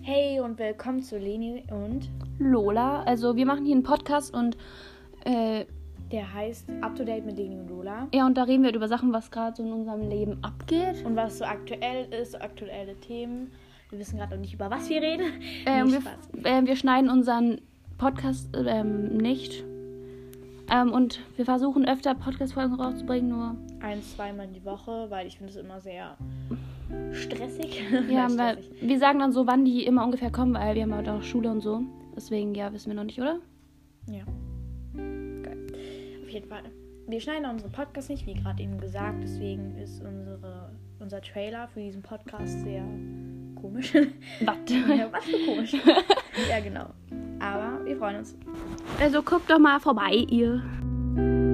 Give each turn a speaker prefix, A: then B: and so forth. A: Hey und willkommen zu Leni und
B: Lola. Also wir machen hier einen Podcast und äh,
A: der heißt Up to Date mit Leni und Lola.
B: ja, und da reden wir halt über Sachen, was gerade so in unserem Leben abgeht.
A: Und was so aktuell ist, so aktuelle Themen. Wir wissen gerade noch nicht, über was wir reden.
B: Ähm,
A: Nee,
B: wir,
A: Spaß.
B: ähm, wir schneiden unseren Podcast ähm, nicht. Ähm, und wir versuchen öfter Podcast-Folgen rauszubringen, nur
A: Ein-, zweimal die Woche, weil ich finde es immer sehr stressig.
B: ja,
A: Sehr
B: weil,
A: stressig.
B: wir sagen dann so, wann die immer ungefähr kommen, weil wir haben halt auch Schule und so. Deswegen, ja, wissen wir noch nicht, oder?
A: Ja. Geil. Auf jeden Fall. Wir schneiden unseren Podcast nicht, wie gerade eben gesagt. Deswegen ist unsere, unser Trailer für diesen Podcast sehr komisch. ja,
B: Was?
A: was für komisch. ja, genau. Aber wir freuen uns.
B: Also guckt doch mal vorbei, ihr.